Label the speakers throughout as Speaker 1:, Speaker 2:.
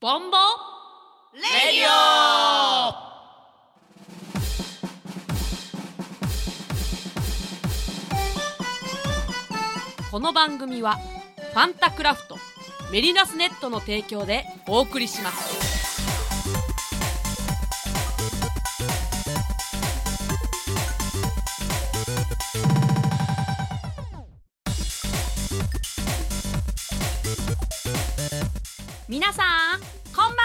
Speaker 1: ボンボ
Speaker 2: レディ
Speaker 1: オこの番組はファンタクラフトメリナスネットの提供でお送りします皆さんこんばんは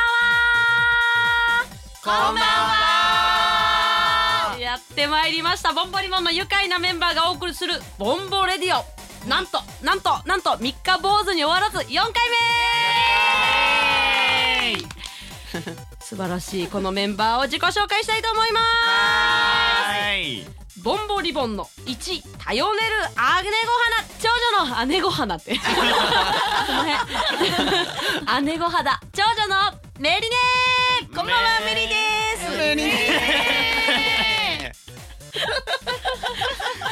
Speaker 2: こんばんは
Speaker 1: やってまいりましたボンボリボンの愉快なメンバーがお送りするボンボレディオなんとなんとなんと三日坊主に終わらず4回目素晴らしいこのメンバーを自己紹介したいと思います
Speaker 2: はい
Speaker 1: ボンボリボンの1頼れる姉御花長女の姉御花ってすいません姉御肌長女のメリネ
Speaker 2: こんばんはメリ
Speaker 1: です
Speaker 2: メリネ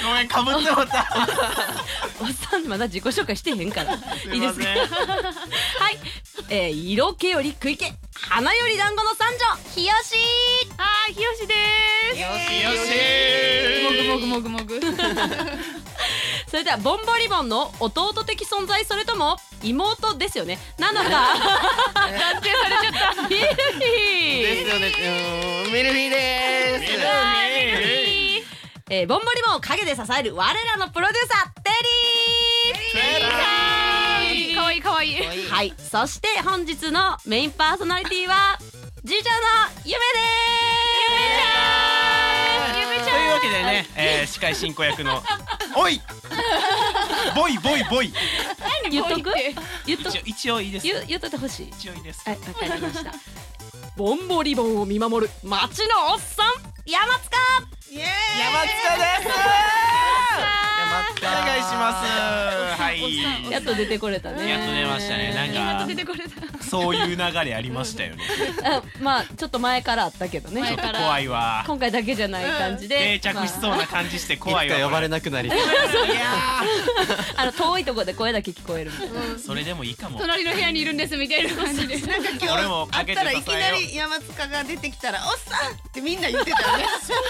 Speaker 2: ごめんかぶってもった
Speaker 1: おっさんまだ自己紹介してへんから
Speaker 2: す
Speaker 1: い
Speaker 2: い
Speaker 1: いで
Speaker 2: ますせ
Speaker 1: か
Speaker 2: ん
Speaker 1: はい、えー、色気より食い気花より団子の三女ひよしはいひよしです
Speaker 2: よしよし
Speaker 3: もぐもぐもぐもぐ。
Speaker 1: それではボンボリボンの弟的存在それとも妹ですよねな のか断定されちゃったミル
Speaker 4: で
Speaker 1: フィー
Speaker 4: すよね。うーんミルフィ
Speaker 2: ミ
Speaker 4: ーで
Speaker 2: ルフ
Speaker 4: す。
Speaker 2: ィー
Speaker 1: えー、ボンボリボンを陰で支える我らのプロデューサーテ
Speaker 2: テリ
Speaker 3: かわいいかわいい。
Speaker 1: リーはいそして本日のメインパーソナリティは次女のゆめです
Speaker 3: ゆめ
Speaker 2: というわけでね、えー、司会進行役のおいボイボイボイ
Speaker 1: 言っとく
Speaker 3: 何
Speaker 1: 言っとく
Speaker 2: 一応一応いいです
Speaker 1: 言う言っといてほしい
Speaker 2: 一応いいです
Speaker 1: はいわかりましたボンボリボンを見守る町のおっさん山塚
Speaker 2: 山塚です
Speaker 4: 山
Speaker 2: お
Speaker 4: 塚
Speaker 2: 願いしますはい
Speaker 1: やっと出てこれたね
Speaker 2: やっと出ましたねなん
Speaker 3: やっと出
Speaker 2: か
Speaker 3: てこれた。
Speaker 2: そういう流れありましたよね
Speaker 1: あまあちょっと前からあったけどね
Speaker 2: ちょっと怖いわ
Speaker 1: 今回だけじゃない感じで
Speaker 2: 定着しそうな感じして怖
Speaker 4: 怖
Speaker 2: い
Speaker 4: い
Speaker 2: わ
Speaker 4: わ。呼ばれ
Speaker 2: な
Speaker 4: なくなり。
Speaker 1: まああの遠いところで声だけ聞こえるみたいな
Speaker 2: それでもいいかも
Speaker 3: 隣の部屋にいるんですみたいな感じで。
Speaker 5: なんか今
Speaker 2: 俺も
Speaker 5: 日あ
Speaker 2: か
Speaker 5: っ
Speaker 2: けて
Speaker 5: たらい
Speaker 2: くだ
Speaker 5: き
Speaker 2: さい
Speaker 5: な
Speaker 2: よ
Speaker 5: り山塚が出てきたら「おっさん!」ってみんな言ってた よね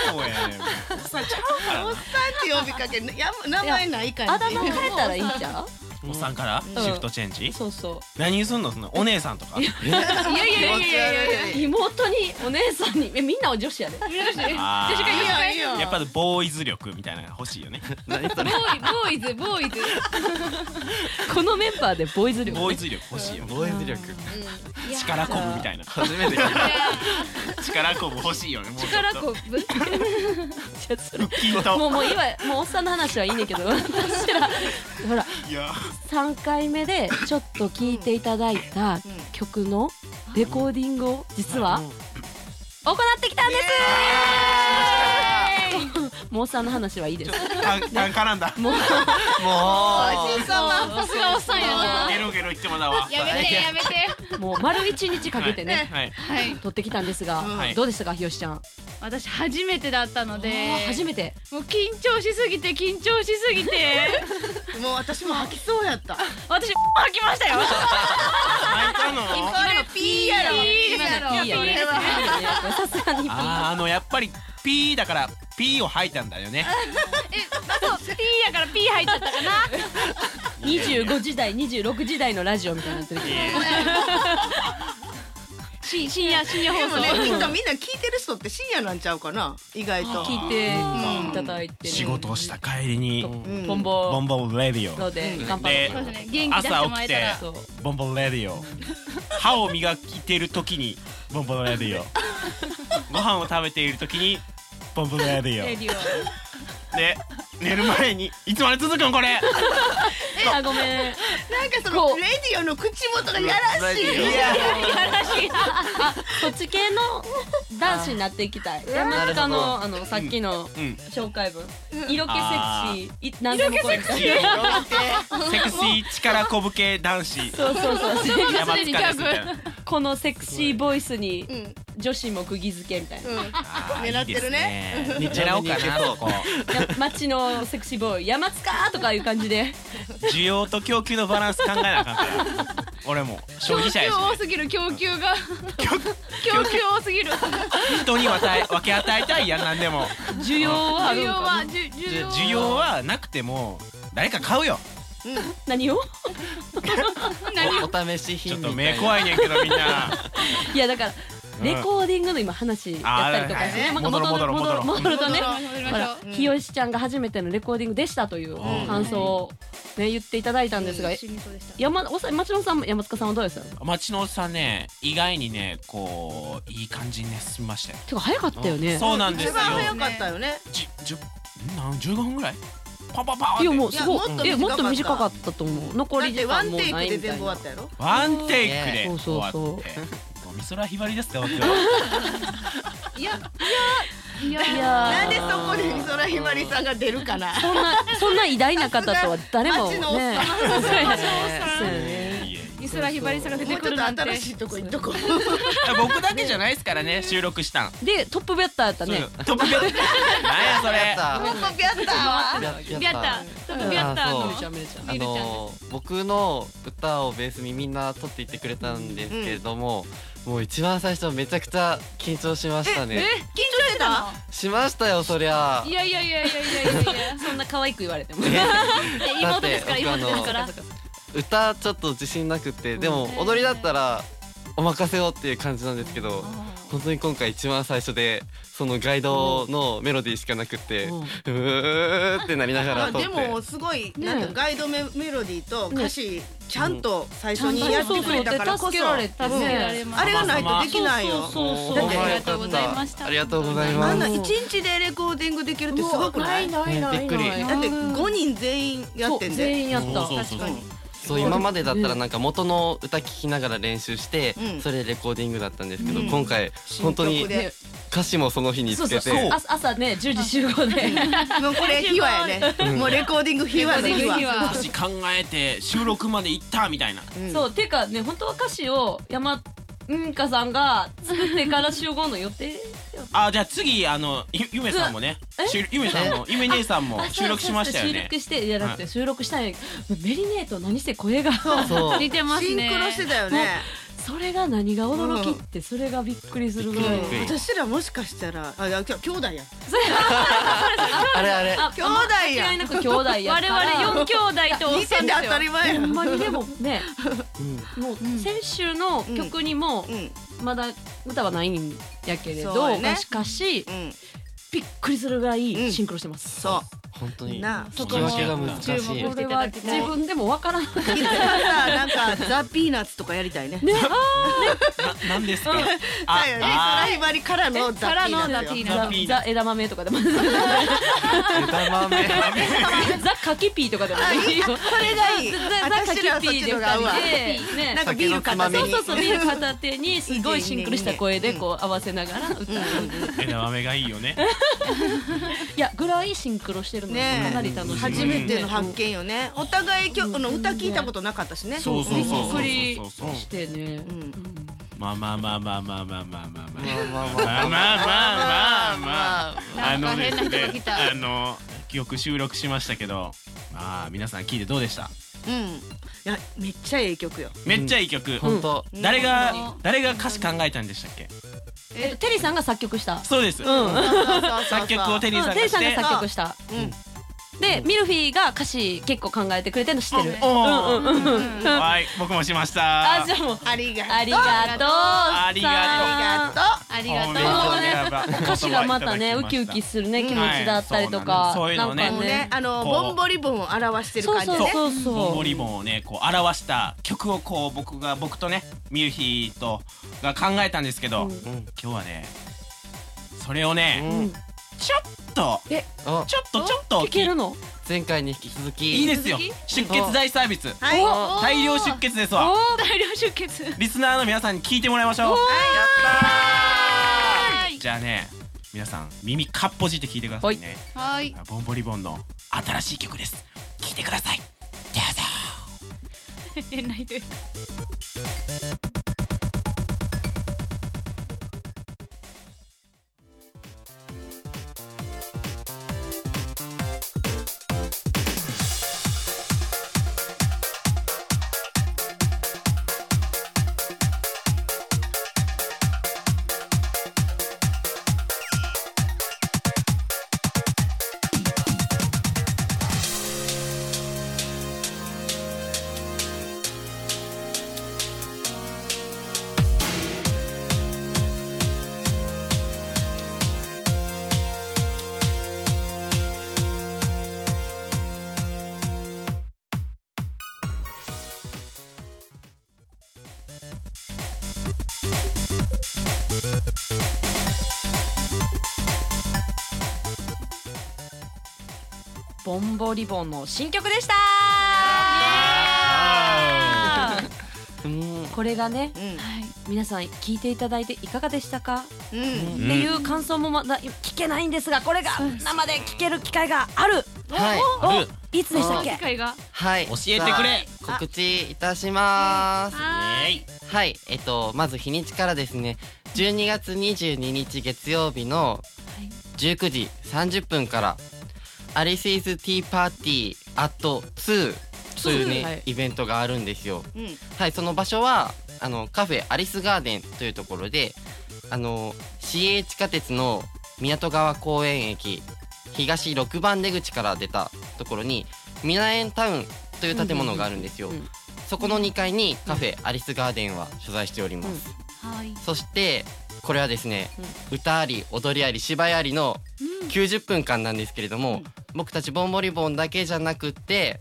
Speaker 2: そうやね
Speaker 5: おっさんちゃうおっさんって呼びかけるやむ名前ないから
Speaker 1: あだ名変えたらいいんちゃう
Speaker 2: おっさんから
Speaker 1: うん
Speaker 2: シフトチェンジ
Speaker 1: そうそ
Speaker 2: 何すんのそのお姉さんとか
Speaker 3: いやいやいやいやいや。
Speaker 1: う妹にお姉さんにえみんなお女子やで
Speaker 3: よし。
Speaker 2: あ
Speaker 3: 女子会
Speaker 2: ー
Speaker 3: 女子会
Speaker 5: いいよいいよ
Speaker 2: やっぱりボーイズ力みたいなのが欲しいよね
Speaker 4: 何それ。
Speaker 3: ボーイボーイズボーイズ。
Speaker 1: このメンバーでボーイズ力
Speaker 2: ボーイズ力欲しいよ
Speaker 4: 防衛力。
Speaker 2: 力こぶみたいな
Speaker 4: 初めて。
Speaker 2: 力こぶ欲しいよねもうちょっ
Speaker 3: 力
Speaker 2: と
Speaker 3: こぶ。
Speaker 1: じゃあそれ
Speaker 2: 聞いた
Speaker 1: もうもういいわもうおっさんの話はいいねんだけど私らほら
Speaker 2: いや
Speaker 1: 3回目でちょっと聴いていただいた曲のレコーディングを実は行ってきたんですもうおっさんの話はいいです
Speaker 2: ああ絡んだ
Speaker 1: もう
Speaker 4: も
Speaker 5: おじさま
Speaker 3: さすがおっさんやな。
Speaker 2: ゲロゲロ言ってもだわ
Speaker 3: やめてやめて。
Speaker 1: もう丸1日かけてね、
Speaker 2: はい
Speaker 3: はい。
Speaker 1: 撮ってきたんですが、
Speaker 2: はい
Speaker 1: どうでしたかひよしちゃん、
Speaker 3: 私初めてだったので。
Speaker 1: 初めて
Speaker 3: もう緊張しすぎて緊張しすぎて。
Speaker 5: もう私も吐きそうやった
Speaker 3: 私吐きましたよ。
Speaker 2: 泣いたの
Speaker 5: これピーやろ
Speaker 3: いいやろ。
Speaker 1: いいよ
Speaker 5: こ
Speaker 1: ね
Speaker 5: れは
Speaker 1: さすがにピー
Speaker 2: あーあのやっぱりピーだからピーを吐いたんだよね
Speaker 3: ピーやからピー入っちゃったかな。
Speaker 1: 25時代26時代のラジオみたいになってるけど
Speaker 3: 深深夜深夜
Speaker 5: で
Speaker 3: 放
Speaker 5: も
Speaker 3: 送。
Speaker 5: ねきっとみんな聞いてる人って深夜なんちゃうかな意外と
Speaker 1: 聞いていただいてる
Speaker 2: 仕事をした帰りに
Speaker 5: うん
Speaker 1: ボン
Speaker 2: ボ
Speaker 1: ボ
Speaker 2: ンボンレディ
Speaker 1: ーの
Speaker 2: オ
Speaker 1: で頑張
Speaker 2: で
Speaker 1: ろう
Speaker 3: そうですね元気出して
Speaker 2: 朝
Speaker 3: もら
Speaker 2: 起き
Speaker 3: え
Speaker 2: て
Speaker 3: たら
Speaker 1: そう
Speaker 2: ボンボンレディオ歯を磨いてる時にボンボンレディオご飯を食べている時にボンボンレディ
Speaker 3: ディ
Speaker 2: オで寝る前にいつまで続くんこれ
Speaker 1: あごめん
Speaker 5: なんかそ
Speaker 1: こ
Speaker 5: の
Speaker 1: う
Speaker 5: レディオの口元がやらしい
Speaker 4: レディオ
Speaker 1: あ、そっち系の男子になっていきたい。山中の、あの、さっきの
Speaker 2: うん
Speaker 1: 紹介文。色気セクシー、い、なんセク
Speaker 2: セクシー力こぶ系男子
Speaker 1: そうそうそう。
Speaker 2: 山塚ですみたいな
Speaker 1: このセクシーボイスに
Speaker 5: う、ん
Speaker 1: 女子も釘付けみたいな。
Speaker 5: うん
Speaker 2: あー
Speaker 5: 狙ってるね
Speaker 2: いいですね狙おうかなそこ
Speaker 1: や街のセクシーボーイ、山塚とかいう感じで、
Speaker 2: 需要と供給のバランス考えなあかんから俺も消費者やし、ね、
Speaker 3: 多すぎる供給が供給多すぎる
Speaker 2: 人に与え分け与えたいやんなんでも
Speaker 1: 需要はあ
Speaker 3: 需
Speaker 1: るん
Speaker 3: 要
Speaker 1: か
Speaker 3: は
Speaker 1: な
Speaker 3: 需需
Speaker 2: じゃ
Speaker 3: 要
Speaker 2: あ需要はなくても誰か買うよ
Speaker 1: 何を
Speaker 3: 何を
Speaker 4: お試し
Speaker 2: ちょっ
Speaker 4: 品
Speaker 2: と
Speaker 4: み
Speaker 2: 目
Speaker 4: たい
Speaker 2: 怖
Speaker 4: ない
Speaker 2: ねんけどみんな
Speaker 1: いやだから
Speaker 2: うん
Speaker 1: レコーディングの今話やったりとか
Speaker 2: あー
Speaker 1: して
Speaker 5: はい
Speaker 1: なんか
Speaker 2: 戻ろう戻ろう
Speaker 1: 戻るとね
Speaker 5: 戻
Speaker 3: 戻りま
Speaker 1: ほ
Speaker 3: しょ
Speaker 1: ら
Speaker 3: う
Speaker 1: 日吉ちゃんが初めてのレコーディングでしたという
Speaker 2: うん
Speaker 1: 感想をね言っていただいたんですが
Speaker 3: 死にそうでした
Speaker 1: 山おさ町野さんも山塚さんはどうですか
Speaker 2: 町のおっさんね意外にねこういい感じにね進みましたよ
Speaker 1: てか早かったよね
Speaker 2: そうなんです
Speaker 5: 一
Speaker 2: よ
Speaker 5: 番早かったよね
Speaker 2: じじゅんなん15分ぐらいパンパンパンっ
Speaker 1: い
Speaker 2: て
Speaker 1: やもうすご
Speaker 5: いやも
Speaker 1: いえもっ
Speaker 5: っと短かった
Speaker 1: と短かったと思う残
Speaker 5: だっ
Speaker 1: り
Speaker 5: て
Speaker 1: 時
Speaker 5: ワ
Speaker 1: 間
Speaker 5: ン
Speaker 1: もう
Speaker 5: テイク
Speaker 1: ない
Speaker 5: で
Speaker 1: みた
Speaker 5: 全
Speaker 1: い
Speaker 5: 部終
Speaker 1: な
Speaker 5: わったやろ
Speaker 2: ワンテイクで
Speaker 1: そう
Speaker 2: 終
Speaker 1: そ
Speaker 2: わ
Speaker 1: う
Speaker 2: っ
Speaker 1: そ
Speaker 2: て
Speaker 1: う
Speaker 2: 美空ひばりですか僕は い
Speaker 5: や
Speaker 3: いや
Speaker 1: いや
Speaker 3: いや
Speaker 5: なんでそこで美空ひばりさんが出るかな
Speaker 1: そんなそんな偉大な方とは誰もね
Speaker 5: さすが町のおっさん
Speaker 1: そうやねそうや
Speaker 2: い
Speaker 1: ね
Speaker 2: えいえ
Speaker 3: 美空ひばりさんが出
Speaker 5: も
Speaker 3: て
Speaker 5: う
Speaker 3: く
Speaker 5: ちょ
Speaker 3: る
Speaker 5: っと
Speaker 3: なんて
Speaker 5: 新しいとこ行っとこう
Speaker 2: 僕だけじゃないですからね収録したん
Speaker 1: でトップバッターやったね
Speaker 2: そうトップ ベッドなんやそ
Speaker 4: や
Speaker 2: れ
Speaker 4: った
Speaker 5: もうピャッターは
Speaker 4: やった
Speaker 3: ビャッタトップビャッター
Speaker 4: あ
Speaker 3: の
Speaker 4: そう
Speaker 1: ゃめちゃ
Speaker 4: あのー僕の歌をベースにみんな撮っていってくれたんですけれども、もう一番最初めちゃくちゃ緊張しましたね
Speaker 5: 緊張してた
Speaker 4: しましたよそりゃ
Speaker 3: いやいやいやいやいやいやいや
Speaker 1: そんな可愛く言われても
Speaker 3: いや妹ですから
Speaker 4: だって
Speaker 3: 妹ですから
Speaker 4: 歌ちょっと自信なくてでも
Speaker 3: うん
Speaker 4: 踊りだったらお任せをっていう感じなんですけど本当に今回一番最初でそのガイドのメロディーしかなくって
Speaker 1: うん
Speaker 4: うーってなりなが
Speaker 5: ま
Speaker 4: ら
Speaker 5: あ
Speaker 4: 撮っ
Speaker 5: で
Speaker 4: て
Speaker 5: もすごいなん
Speaker 1: ね
Speaker 5: かガイドメメロディーと歌詞ちゃんと最初にやってくれたからこ
Speaker 1: そうそうそうで助け
Speaker 5: そ
Speaker 1: られたね
Speaker 5: うんあれがないとできないよ
Speaker 1: そうそう
Speaker 4: お
Speaker 1: そう
Speaker 5: だ
Speaker 4: ー
Speaker 5: って
Speaker 4: よ
Speaker 3: ありが
Speaker 4: か
Speaker 3: とうございま
Speaker 4: っ
Speaker 3: したた
Speaker 4: ありがとうござい
Speaker 5: あ
Speaker 4: ま
Speaker 5: んな
Speaker 4: す
Speaker 5: 一日でレコーディングできるってすごくないだ
Speaker 1: ないないない
Speaker 4: ねびっく
Speaker 5: って5人全員やってん
Speaker 1: 全
Speaker 5: で
Speaker 1: 員やっ
Speaker 2: そう
Speaker 1: た
Speaker 2: そうそう
Speaker 5: 確かに
Speaker 4: そう今までだったらなんか元の歌聴きながら練習して
Speaker 5: うん
Speaker 4: それレコーディングだったんですけど
Speaker 5: うん
Speaker 4: 今回本当
Speaker 5: 新
Speaker 4: に
Speaker 5: 曲で
Speaker 4: 歌詞もその日に
Speaker 1: そう
Speaker 4: つ
Speaker 1: そう
Speaker 4: け
Speaker 1: そう
Speaker 4: て
Speaker 1: 朝朝ね10時集合で
Speaker 5: もうこれ秘話やねもうレコーディング秘話の秘話
Speaker 3: は
Speaker 2: 歌詞考えて収録まで行ったみたいな
Speaker 5: うん
Speaker 1: そうてかね本当は歌詞を山うんかさんが作ってから集合の予定
Speaker 2: あじゃあ次あのゆゆめさんもね
Speaker 1: え
Speaker 2: しゅゆめさんもゆめ姉さんも
Speaker 1: あそう
Speaker 2: 収録しましたよね
Speaker 1: そうそう収録していやだって収録したんやメリネーと何せ声が
Speaker 4: そう
Speaker 3: 似てます
Speaker 5: シン
Speaker 3: ね
Speaker 5: クロしてたよね
Speaker 1: それが何が驚きってそれがびっくりするぐらい
Speaker 4: びっくり
Speaker 5: 私らもしかしたらあいやきょ兄弟や
Speaker 4: あれあれ
Speaker 1: あ
Speaker 5: 兄弟や
Speaker 1: 間違いなく兄弟やか
Speaker 3: 我
Speaker 1: ら
Speaker 3: 々四兄弟とおっ
Speaker 5: 似
Speaker 3: さ
Speaker 5: て
Speaker 3: ん
Speaker 5: ん
Speaker 3: で
Speaker 5: です当
Speaker 3: よ
Speaker 5: たり前や
Speaker 1: ほん
Speaker 5: う
Speaker 1: まにでもね
Speaker 4: うん
Speaker 1: もう先週の曲にも
Speaker 5: ん
Speaker 1: まだ歌はないんやけれ
Speaker 5: そう
Speaker 1: ど、
Speaker 5: やね
Speaker 1: しかし
Speaker 5: うん
Speaker 1: びっくりするぐら
Speaker 5: う
Speaker 1: い
Speaker 5: ん
Speaker 1: シンクロしてます、
Speaker 5: そ
Speaker 4: 本当に
Speaker 5: なあ
Speaker 4: 聞き分けが難し
Speaker 3: そこ
Speaker 4: い
Speaker 3: も
Speaker 1: これは自分でもわからないね
Speaker 5: ういつかさなんかザ・ピーナッツとかやりたいね
Speaker 2: ななん ですかあ
Speaker 5: だよね美空
Speaker 2: あ
Speaker 5: ひばりからのザ・ピーナッツよ
Speaker 3: ピー
Speaker 1: ザ
Speaker 2: ナッツ
Speaker 1: ザ枝豆とかでも
Speaker 4: 枝豆
Speaker 1: ザカキピーとかでも
Speaker 5: あ
Speaker 1: いいよ
Speaker 5: これがいい
Speaker 1: ザザカ
Speaker 5: 私
Speaker 1: キ
Speaker 5: らはそっ
Speaker 1: ピー
Speaker 5: ち
Speaker 1: で
Speaker 5: のが合うわ
Speaker 1: 二人でね
Speaker 5: なんかビール片手
Speaker 1: そう
Speaker 5: に
Speaker 1: そうそうビール片手にすごいシンクロした声でこう合わせながら歌う
Speaker 2: 枝豆がいいよね
Speaker 1: いやぐらいシンクロしてるのが
Speaker 5: ねえ
Speaker 1: かなり楽しい
Speaker 5: 初めての発見よねお互い今日の歌聞いたことなかったしね
Speaker 2: そうそうそうそう
Speaker 1: びっくり
Speaker 2: そうそうそ
Speaker 1: してね、
Speaker 5: うん
Speaker 2: うまあまあまあまあまあまあまあまあまあ
Speaker 4: まあまあまあ
Speaker 2: まあまあまあまあ
Speaker 4: あ
Speaker 2: あのです
Speaker 3: なんか変な人が
Speaker 2: ね
Speaker 3: 来た
Speaker 2: あのよく収録しましたけどまあ皆さん聞いてどうでした
Speaker 5: うんいやめっちゃええ曲よ
Speaker 2: めっちゃいい曲
Speaker 4: 本当
Speaker 2: 誰が
Speaker 3: うん
Speaker 2: 誰が歌詞考えたんでしたっけ
Speaker 1: えテリーさんが作曲した
Speaker 2: そうです作
Speaker 5: 作
Speaker 2: 曲をテリー
Speaker 1: うん
Speaker 2: さんが
Speaker 1: テリー
Speaker 2: し
Speaker 1: さんが
Speaker 2: て
Speaker 1: 作曲した
Speaker 5: うん
Speaker 1: でミルフィーが歌詞結構考えてくれてるの知ってる
Speaker 2: お
Speaker 1: うんうんうんうん
Speaker 2: はい僕もしました
Speaker 1: あじゃあもう
Speaker 5: ありがとう
Speaker 1: ありがとう
Speaker 2: ありがとう
Speaker 5: ありが
Speaker 3: あ
Speaker 5: とう
Speaker 3: りがとう
Speaker 2: おめでとうね
Speaker 1: 歌詞がまたねウキウキするね
Speaker 5: うん
Speaker 1: 気持ちだったりとか、
Speaker 2: はいそういうのね
Speaker 5: もうね、あの
Speaker 2: こう
Speaker 5: ボンボリボンを表してる
Speaker 1: そう
Speaker 5: 感じ
Speaker 1: そ
Speaker 5: ね。
Speaker 1: うそうそう
Speaker 2: ボンボリボンをねこう表した曲をこう僕が僕とねミルヒーとが考えたんですけ
Speaker 1: う
Speaker 2: ど、
Speaker 1: ん
Speaker 2: 今日はねそれをね、
Speaker 4: うん
Speaker 2: ちょっと
Speaker 4: あ
Speaker 2: ちょっとちょっと
Speaker 1: 聞けるの
Speaker 4: 前回に引き続き
Speaker 2: いいですよ出血大サービス
Speaker 5: はい。
Speaker 1: お
Speaker 5: は
Speaker 2: 大量出血ですわ
Speaker 3: お大量出血
Speaker 2: リスナーの皆さんに聞いてもらいましょう
Speaker 3: はい
Speaker 2: じゃあね皆さん耳かっぽじって聞いてくださいね
Speaker 3: はい
Speaker 2: ボンボリボンの新しい曲です聞いてくださいどうぞ
Speaker 3: え泣いてる
Speaker 2: 「
Speaker 1: ボンボリボンの新曲でした
Speaker 4: うん
Speaker 1: これがね
Speaker 5: うん
Speaker 1: 皆さん聞いていただいていかがでしたか、
Speaker 5: うん、
Speaker 1: っていう感想もまだ聞けないんですがこれが生で聞ける機会がある
Speaker 4: はい
Speaker 2: ある
Speaker 1: いつでしたっ
Speaker 3: 機
Speaker 1: け
Speaker 3: 会が
Speaker 4: はい
Speaker 2: 教えてくれ
Speaker 4: さあ告知いたします
Speaker 3: は
Speaker 2: え
Speaker 3: ー
Speaker 2: い
Speaker 4: はいえっとまず日にちからですね12月22日月曜日の19時30分からアリスイズティーパーティーアット2というね、
Speaker 1: はい
Speaker 4: イベントがあるんですよ
Speaker 5: うん、
Speaker 4: はい、その場所はあのカフェアリスガーデンというところであの市営地下鉄の港川公園駅東6番出口から出たところにミナエンタウンという建物があるんですよ、
Speaker 1: うんうんうんうん
Speaker 4: そこの2階にカフェアリスガーデンは所在しております、
Speaker 3: はい
Speaker 4: そしてこれはですね、歌あり踊りあり芝居ありの90分間なんですけれども、僕たちボンボリボンだけじゃなくって、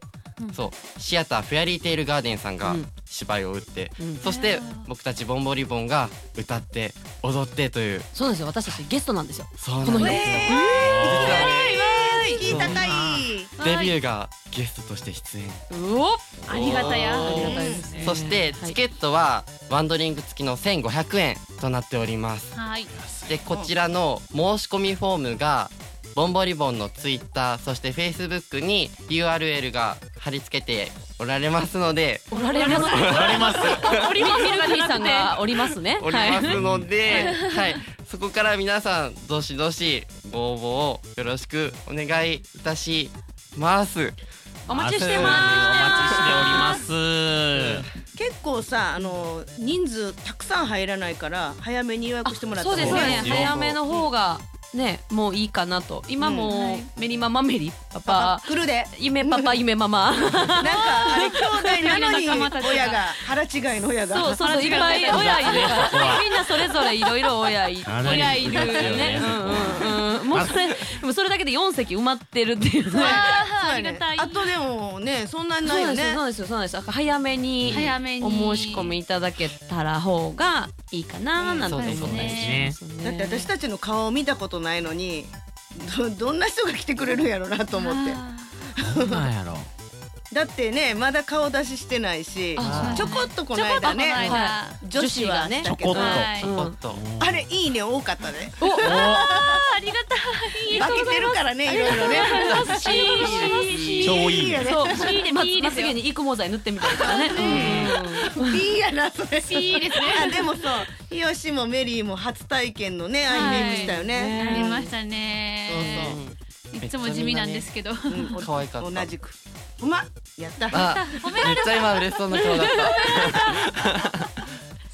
Speaker 4: そうシアターフェアリーテイルガーデンさんが
Speaker 1: うん
Speaker 4: 芝居を打って、
Speaker 1: うん
Speaker 4: そして僕たちボンボリボンが歌って踊ってという
Speaker 1: そうなんですよ私たちゲストなんですよ
Speaker 4: そうなんですよ、実は
Speaker 5: いい高い。
Speaker 4: デビューがゲストとして出演、
Speaker 1: うお
Speaker 3: ありがたや
Speaker 1: ありがたいですね
Speaker 4: そして
Speaker 1: はい
Speaker 4: チケットはワンドリング付きの1500円となっております
Speaker 3: はい
Speaker 4: でこちらの申し込みフォームがボンボリボンのツイッターそしてフェイスブックに URL が貼り付けておられますので
Speaker 1: おられます
Speaker 2: おられます
Speaker 1: おりますミルキーさんがおりますね
Speaker 4: おりますので、はい、そこから皆さんどしどしご応募をよろしくお願いいたします。
Speaker 1: お待ちして
Speaker 2: お
Speaker 1: ます
Speaker 2: 待ちしております
Speaker 5: 結構さ、あの人数たくさん入らないから早めに予約してもらった
Speaker 1: そう
Speaker 5: 方が
Speaker 1: で
Speaker 5: いい
Speaker 1: す
Speaker 5: ね。
Speaker 1: ね
Speaker 2: そうですよ
Speaker 1: 早めの方がねもういいかなと今もうメリママメリパ
Speaker 5: あ
Speaker 1: パ
Speaker 5: 来るで。
Speaker 1: 夢パパ夢マ マ
Speaker 5: なんかあれ兄弟なのに
Speaker 3: 仲間たちが
Speaker 5: 親が腹違いの親が。
Speaker 1: そうそうそういっぱい親いる みんなそれぞれいろいろ親いて
Speaker 2: かなり
Speaker 1: 親いる
Speaker 2: いるよね
Speaker 1: ねうんうんうんもうそれでもそれだけで4席埋まってるっていうね
Speaker 5: そう
Speaker 3: あ
Speaker 5: や
Speaker 3: り
Speaker 5: ね
Speaker 3: がたい
Speaker 5: あとでもね、そんなに
Speaker 1: そ
Speaker 5: な
Speaker 1: う
Speaker 5: い
Speaker 1: な
Speaker 5: よ
Speaker 1: んですよそう。なん
Speaker 5: ね
Speaker 1: ですよそうなんですよ早めに
Speaker 3: 早めに
Speaker 1: お申し込みいただけたら方がいいかななんて思ったりし
Speaker 4: そうです
Speaker 2: ね
Speaker 1: ますね
Speaker 5: だって私たちの顔を見たことないのに。どどんな人が来てくれるんやろうなと思って
Speaker 2: どうなんやろ
Speaker 5: だってねまだ顔出ししてないし
Speaker 1: あ
Speaker 5: ちょこっとこの
Speaker 3: ちょこっとこ
Speaker 5: 間
Speaker 3: の
Speaker 5: ね
Speaker 3: 間
Speaker 1: は
Speaker 5: 女子はね
Speaker 1: ち
Speaker 2: ょこっと
Speaker 3: はい
Speaker 1: うん
Speaker 4: おっと
Speaker 5: あれいいね多かったね
Speaker 2: お
Speaker 3: ありがたい
Speaker 5: 負けてるからねいろいろね
Speaker 3: しい
Speaker 2: 超いい
Speaker 5: いいよね
Speaker 1: そう、
Speaker 3: いいね
Speaker 1: ま
Speaker 3: いい
Speaker 1: ま
Speaker 3: で
Speaker 1: つ
Speaker 3: すよ
Speaker 1: げに育毛剤塗ってみたいからね。
Speaker 5: いいやなそれ
Speaker 3: いいですね
Speaker 5: あでもそうよしもメリーも初体験のねアイメイしたよ
Speaker 1: はい
Speaker 5: ね
Speaker 3: ありましたね
Speaker 4: そう
Speaker 3: いつも地味なんですけど
Speaker 5: うん
Speaker 4: 可愛かった
Speaker 5: 同じくうまっやった
Speaker 4: あ、めっちゃ今嬉しそうな顔だっ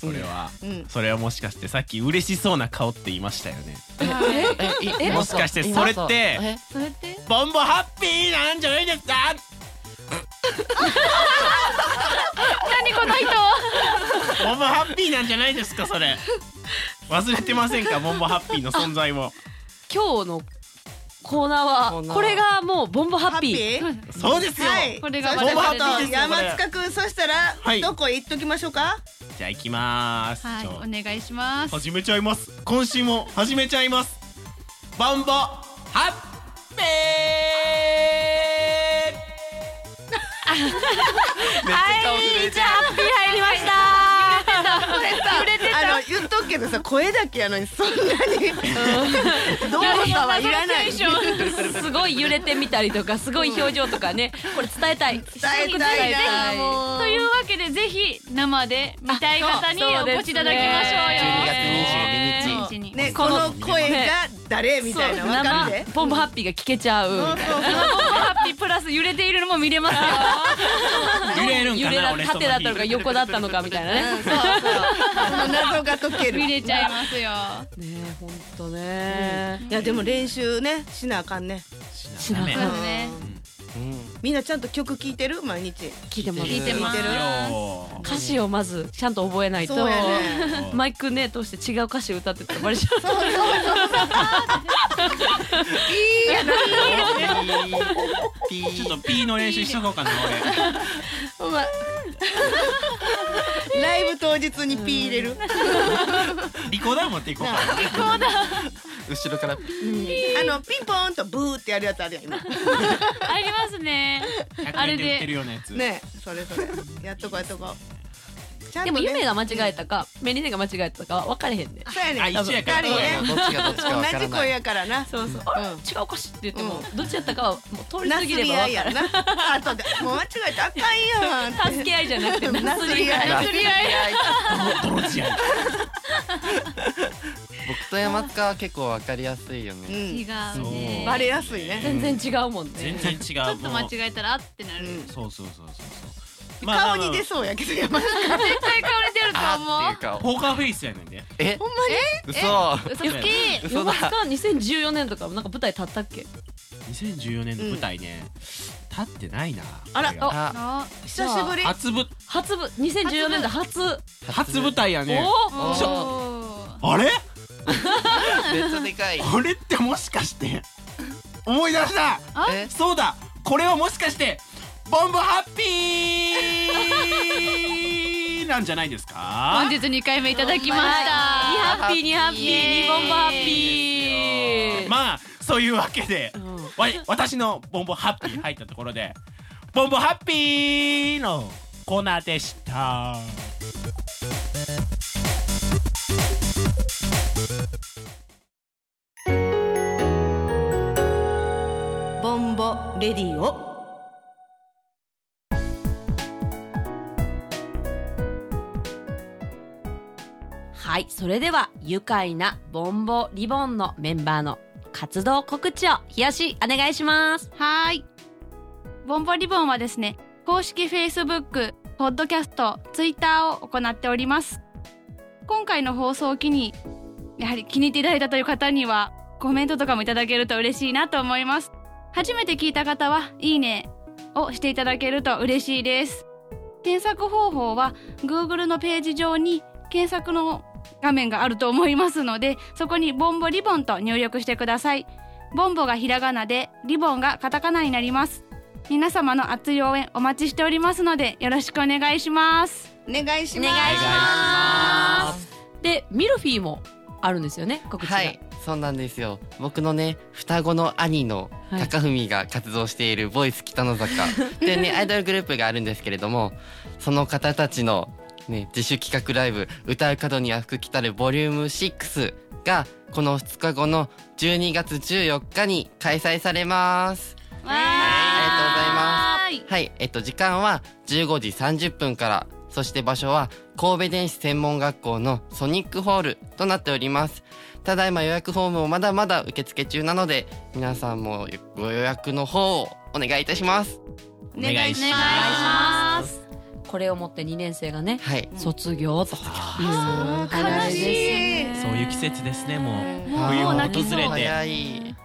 Speaker 2: それは
Speaker 5: うん
Speaker 2: それはもしかしてさっき嬉しそうな顔って言いましたよね
Speaker 4: た。え
Speaker 2: えもしかしてそれって
Speaker 4: え
Speaker 3: それって
Speaker 2: ボンボハッピーなんじゃないですか
Speaker 3: 何この人
Speaker 2: ボンボハッピーなんじゃないですかそれ忘れてませんかボンボハッピーの存在も
Speaker 1: 今日のコーナ
Speaker 4: コ
Speaker 1: ーは
Speaker 4: ーナー
Speaker 1: これがもうボンボハ
Speaker 5: ハ
Speaker 1: ッ
Speaker 5: ッピ
Speaker 1: ピー。
Speaker 5: ー
Speaker 2: そうですよ、
Speaker 5: はい
Speaker 3: これが
Speaker 5: そし
Speaker 2: ボ
Speaker 5: て
Speaker 2: ンバーハッピーですよこ
Speaker 5: 山
Speaker 2: れ
Speaker 5: 塚くんそしたら
Speaker 2: はい
Speaker 5: どこへ行っときましょうか
Speaker 2: じゃあ行きまーす、
Speaker 3: はい
Speaker 2: じゃあ
Speaker 3: お願いします
Speaker 2: 始めちゃいます今週も始めちゃいますボンボハッピー
Speaker 1: はい、じゃあハッピー入りました。
Speaker 5: あの言っとくけどさ声だけやのにそんなに動作はいらない伝
Speaker 1: すごい揺れてみたりとか、すごい表情とかね、これ伝えたい。
Speaker 5: えたい
Speaker 1: い
Speaker 5: な
Speaker 3: というわけでぜひ生で見たい方に
Speaker 1: あそう
Speaker 3: お越しいただきましょうよ12
Speaker 4: 12月22
Speaker 3: 日に
Speaker 5: ねこの声が誰みたいなわかるで
Speaker 1: ボンボハッピーが聞けちゃう。
Speaker 5: そうそうそう
Speaker 3: ハッピープラス揺れているのも見れますよ
Speaker 2: 揺れるん
Speaker 1: 揺
Speaker 2: か
Speaker 1: れ
Speaker 2: な
Speaker 1: だ
Speaker 2: 俺
Speaker 1: 縦だったのか
Speaker 2: その日
Speaker 1: 横だったのかみたいなね。
Speaker 5: そうそう。その謎が解ける。
Speaker 3: 見れ
Speaker 5: い
Speaker 3: ちゃいますよ
Speaker 1: ねえ、本当ね。
Speaker 5: やでも練習ねしなあかんね。
Speaker 2: 知らんね
Speaker 3: そうですね
Speaker 4: うん
Speaker 5: みんなちゃんと曲聴いてる毎日。
Speaker 1: 聞いてます。
Speaker 3: 聞いてます
Speaker 5: 聞いてる
Speaker 2: よ
Speaker 1: 歌詞をまずちゃんと覚えないと。
Speaker 5: そうやね。
Speaker 2: ー
Speaker 1: マイクね通して違う歌詞歌ってたらバレちゃう。
Speaker 5: いいやな。
Speaker 4: ピー
Speaker 2: ちょっとピーの練習しとこうかな
Speaker 5: お前。ライブ当日にピー入れる。
Speaker 2: 俺リコーダー持っていこうかな
Speaker 5: なあ
Speaker 3: そうだ
Speaker 4: 後ろから
Speaker 5: あのピンポーンとブーってやるやつあるやん今
Speaker 3: ありますねあ
Speaker 2: 100
Speaker 3: れ
Speaker 2: 円
Speaker 3: で
Speaker 2: で売ってるようなやつ
Speaker 5: ねそれそれやっとこうやっとこうちゃん
Speaker 1: で
Speaker 5: と
Speaker 1: も
Speaker 5: ね
Speaker 1: 夢が間違えたかメリネが間違えたかは分かれへんね
Speaker 5: そうやねん
Speaker 2: あ一緒やから
Speaker 5: 二人ね
Speaker 4: どっちがどっちかわか
Speaker 5: 同
Speaker 4: ら
Speaker 5: じ
Speaker 4: な
Speaker 5: 声
Speaker 4: い
Speaker 5: やからな
Speaker 1: そうそう
Speaker 5: あれ
Speaker 1: 違うおかしいって言ってもどっちやったかはもう通り
Speaker 5: な
Speaker 1: 過
Speaker 5: す
Speaker 1: ぎれ
Speaker 5: り
Speaker 1: ば
Speaker 5: 合い
Speaker 1: 分
Speaker 5: や
Speaker 1: かる
Speaker 5: んなあとでもう間違えたら あかんやん
Speaker 1: 助け合いじゃなくてな
Speaker 5: な
Speaker 1: す
Speaker 5: す
Speaker 1: り
Speaker 5: り
Speaker 1: 合
Speaker 5: 合
Speaker 1: い
Speaker 5: い
Speaker 3: 釣り合い
Speaker 2: 泥仕合
Speaker 4: 僕と山塚は結構わかりやすいよ
Speaker 5: う
Speaker 4: ね
Speaker 5: ん
Speaker 3: 違う
Speaker 2: そう
Speaker 3: ね
Speaker 5: バレやすいね
Speaker 1: 全然違うもんね
Speaker 2: 全然違うち
Speaker 3: ちょっと間違えたらあってな
Speaker 5: う
Speaker 3: る
Speaker 5: ん
Speaker 2: そうそうそうそうそう
Speaker 5: 顔に出
Speaker 2: す
Speaker 5: そうやけど山
Speaker 3: 絶対顔に出ると
Speaker 4: あーっていう
Speaker 3: 思
Speaker 4: 顔
Speaker 2: ポーカーフェイスやねんで
Speaker 4: え
Speaker 5: ほんまに
Speaker 4: 嘘
Speaker 3: う嘘つき
Speaker 4: 嘘
Speaker 1: 山
Speaker 4: だ
Speaker 1: 塚2014年とかなんか舞台立ったっけ
Speaker 2: 2014年の舞台ね立ってないな
Speaker 1: あら
Speaker 2: これが
Speaker 4: あ
Speaker 3: あ
Speaker 5: 久しぶり
Speaker 2: 初ぶ
Speaker 1: 初ぶ2014年で初
Speaker 2: 初舞台やね
Speaker 1: お
Speaker 4: お
Speaker 3: お
Speaker 4: ー
Speaker 3: ー
Speaker 2: あれ
Speaker 4: めっちゃでかい
Speaker 2: これってもしか して思い出した
Speaker 4: え
Speaker 2: そうだこれはもしかしてボンボハッピーなんじゃないですか
Speaker 3: 本日2回目いただき
Speaker 1: ニ
Speaker 3: ました
Speaker 1: ハッピーニハッピ
Speaker 4: イエー
Speaker 1: ー
Speaker 4: イ
Speaker 1: ニボンバハッピー
Speaker 2: まあそういうわけで、
Speaker 1: うん
Speaker 2: わい私のボンボハッピー入ったところでボンボハッピーのコーナーでした
Speaker 5: ボンボレディオ
Speaker 1: はいそれでは愉快なボンボリボンのメンバーの活動告知を日吉お願いします
Speaker 3: はーい。ボンボリボンはですね、公式 Facebook、ポッドキャスト、Twitter を行っております。今回の放送を機に、やはり気に入っていただいたという方には、コメントとかもいただけると嬉しいなと思います。初めて聞いた方は、いいねをしていただけると嬉しいです。検索方法は、Google のページ上に検索の画面があると思いますので、そこにボンボリボンと入力してください。ボンボがひらがなでリボンがカタカナになります皆様の熱い応援お待ちしておりますのでよろしくお願いします
Speaker 5: お願いします
Speaker 1: お願いし
Speaker 5: ま
Speaker 1: でミルフィーもあるんですよね告知が、
Speaker 4: はいそうなんですよ僕のね双子の兄の
Speaker 1: はい
Speaker 4: 高文が活動しているボイス北の 坂というねアイドルグループがあるんですけれどもその方たちの、ね、自主企画ライブ「歌う角には服着たるボリューム6がこの2日後の12月14日に開催されます
Speaker 3: わー
Speaker 4: あ
Speaker 3: りがとうございま
Speaker 4: はいえっと時間は15時30分からそして場所は神戸電子専門学校のソニックホールとなっておりますただいま予約フォームをまだまだ受付中なので皆さんもご予約の方をお願いいたします
Speaker 2: お願いし
Speaker 3: ます
Speaker 1: これをもって2年生がね
Speaker 4: はい
Speaker 1: 卒業と
Speaker 2: あ
Speaker 1: いう
Speaker 5: 悲
Speaker 1: 話で
Speaker 5: し
Speaker 1: す
Speaker 5: い
Speaker 2: ーそういう季節ですねもう
Speaker 3: も
Speaker 4: 冬も
Speaker 3: う泣きそう
Speaker 2: 訪れて
Speaker 4: 早い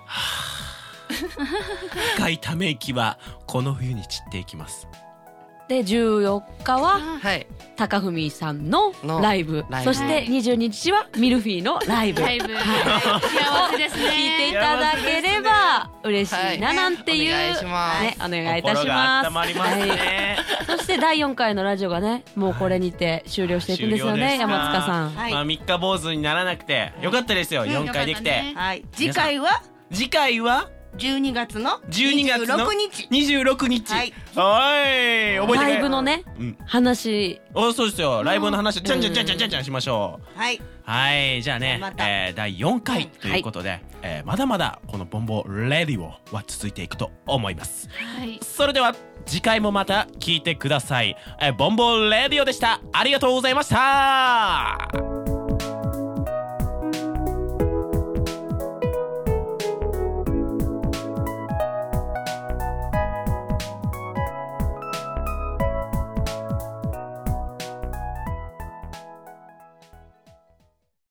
Speaker 2: 深いため息はこの冬に散っていきます
Speaker 1: で14日は
Speaker 4: はい
Speaker 1: 高文さんの
Speaker 4: の
Speaker 1: ライブ
Speaker 4: ライブ
Speaker 1: そして22日はミルフィーのライブ
Speaker 3: ライブ幸せですね
Speaker 1: 聞いていただければ嬉しいななんていう、
Speaker 4: はいお願いします
Speaker 1: ねお願いいたします
Speaker 2: 心が温まります
Speaker 1: はい
Speaker 2: ね、
Speaker 1: そして第4回のラジオがねもうこれにて終了していくんですよ
Speaker 2: 終了
Speaker 1: ね
Speaker 2: ですか
Speaker 1: 山塚さん、
Speaker 5: はい
Speaker 2: まあ三日坊主にならなくてよかったですよ、
Speaker 3: ん
Speaker 2: 四回できて、
Speaker 3: よかったね
Speaker 5: はい次回は
Speaker 2: 次回は
Speaker 5: 12月の
Speaker 2: 12月の
Speaker 5: 26日
Speaker 2: 26日
Speaker 5: はい
Speaker 2: はい覚えてく
Speaker 1: ラ
Speaker 2: れ
Speaker 1: イブのね
Speaker 2: うん
Speaker 1: 話
Speaker 2: おそうですよライブの話じゃんじゃんじゃんじゃんじゃんじゃんしましょう
Speaker 5: はい
Speaker 2: はいじゃあね、
Speaker 5: また
Speaker 2: えー第4回ということで、えーまだまだこの「ボンボレディオ」は続いていくと思います
Speaker 3: はい
Speaker 2: それでは次回もまた聞いてください、えーボンボレディオでしたありがとうございました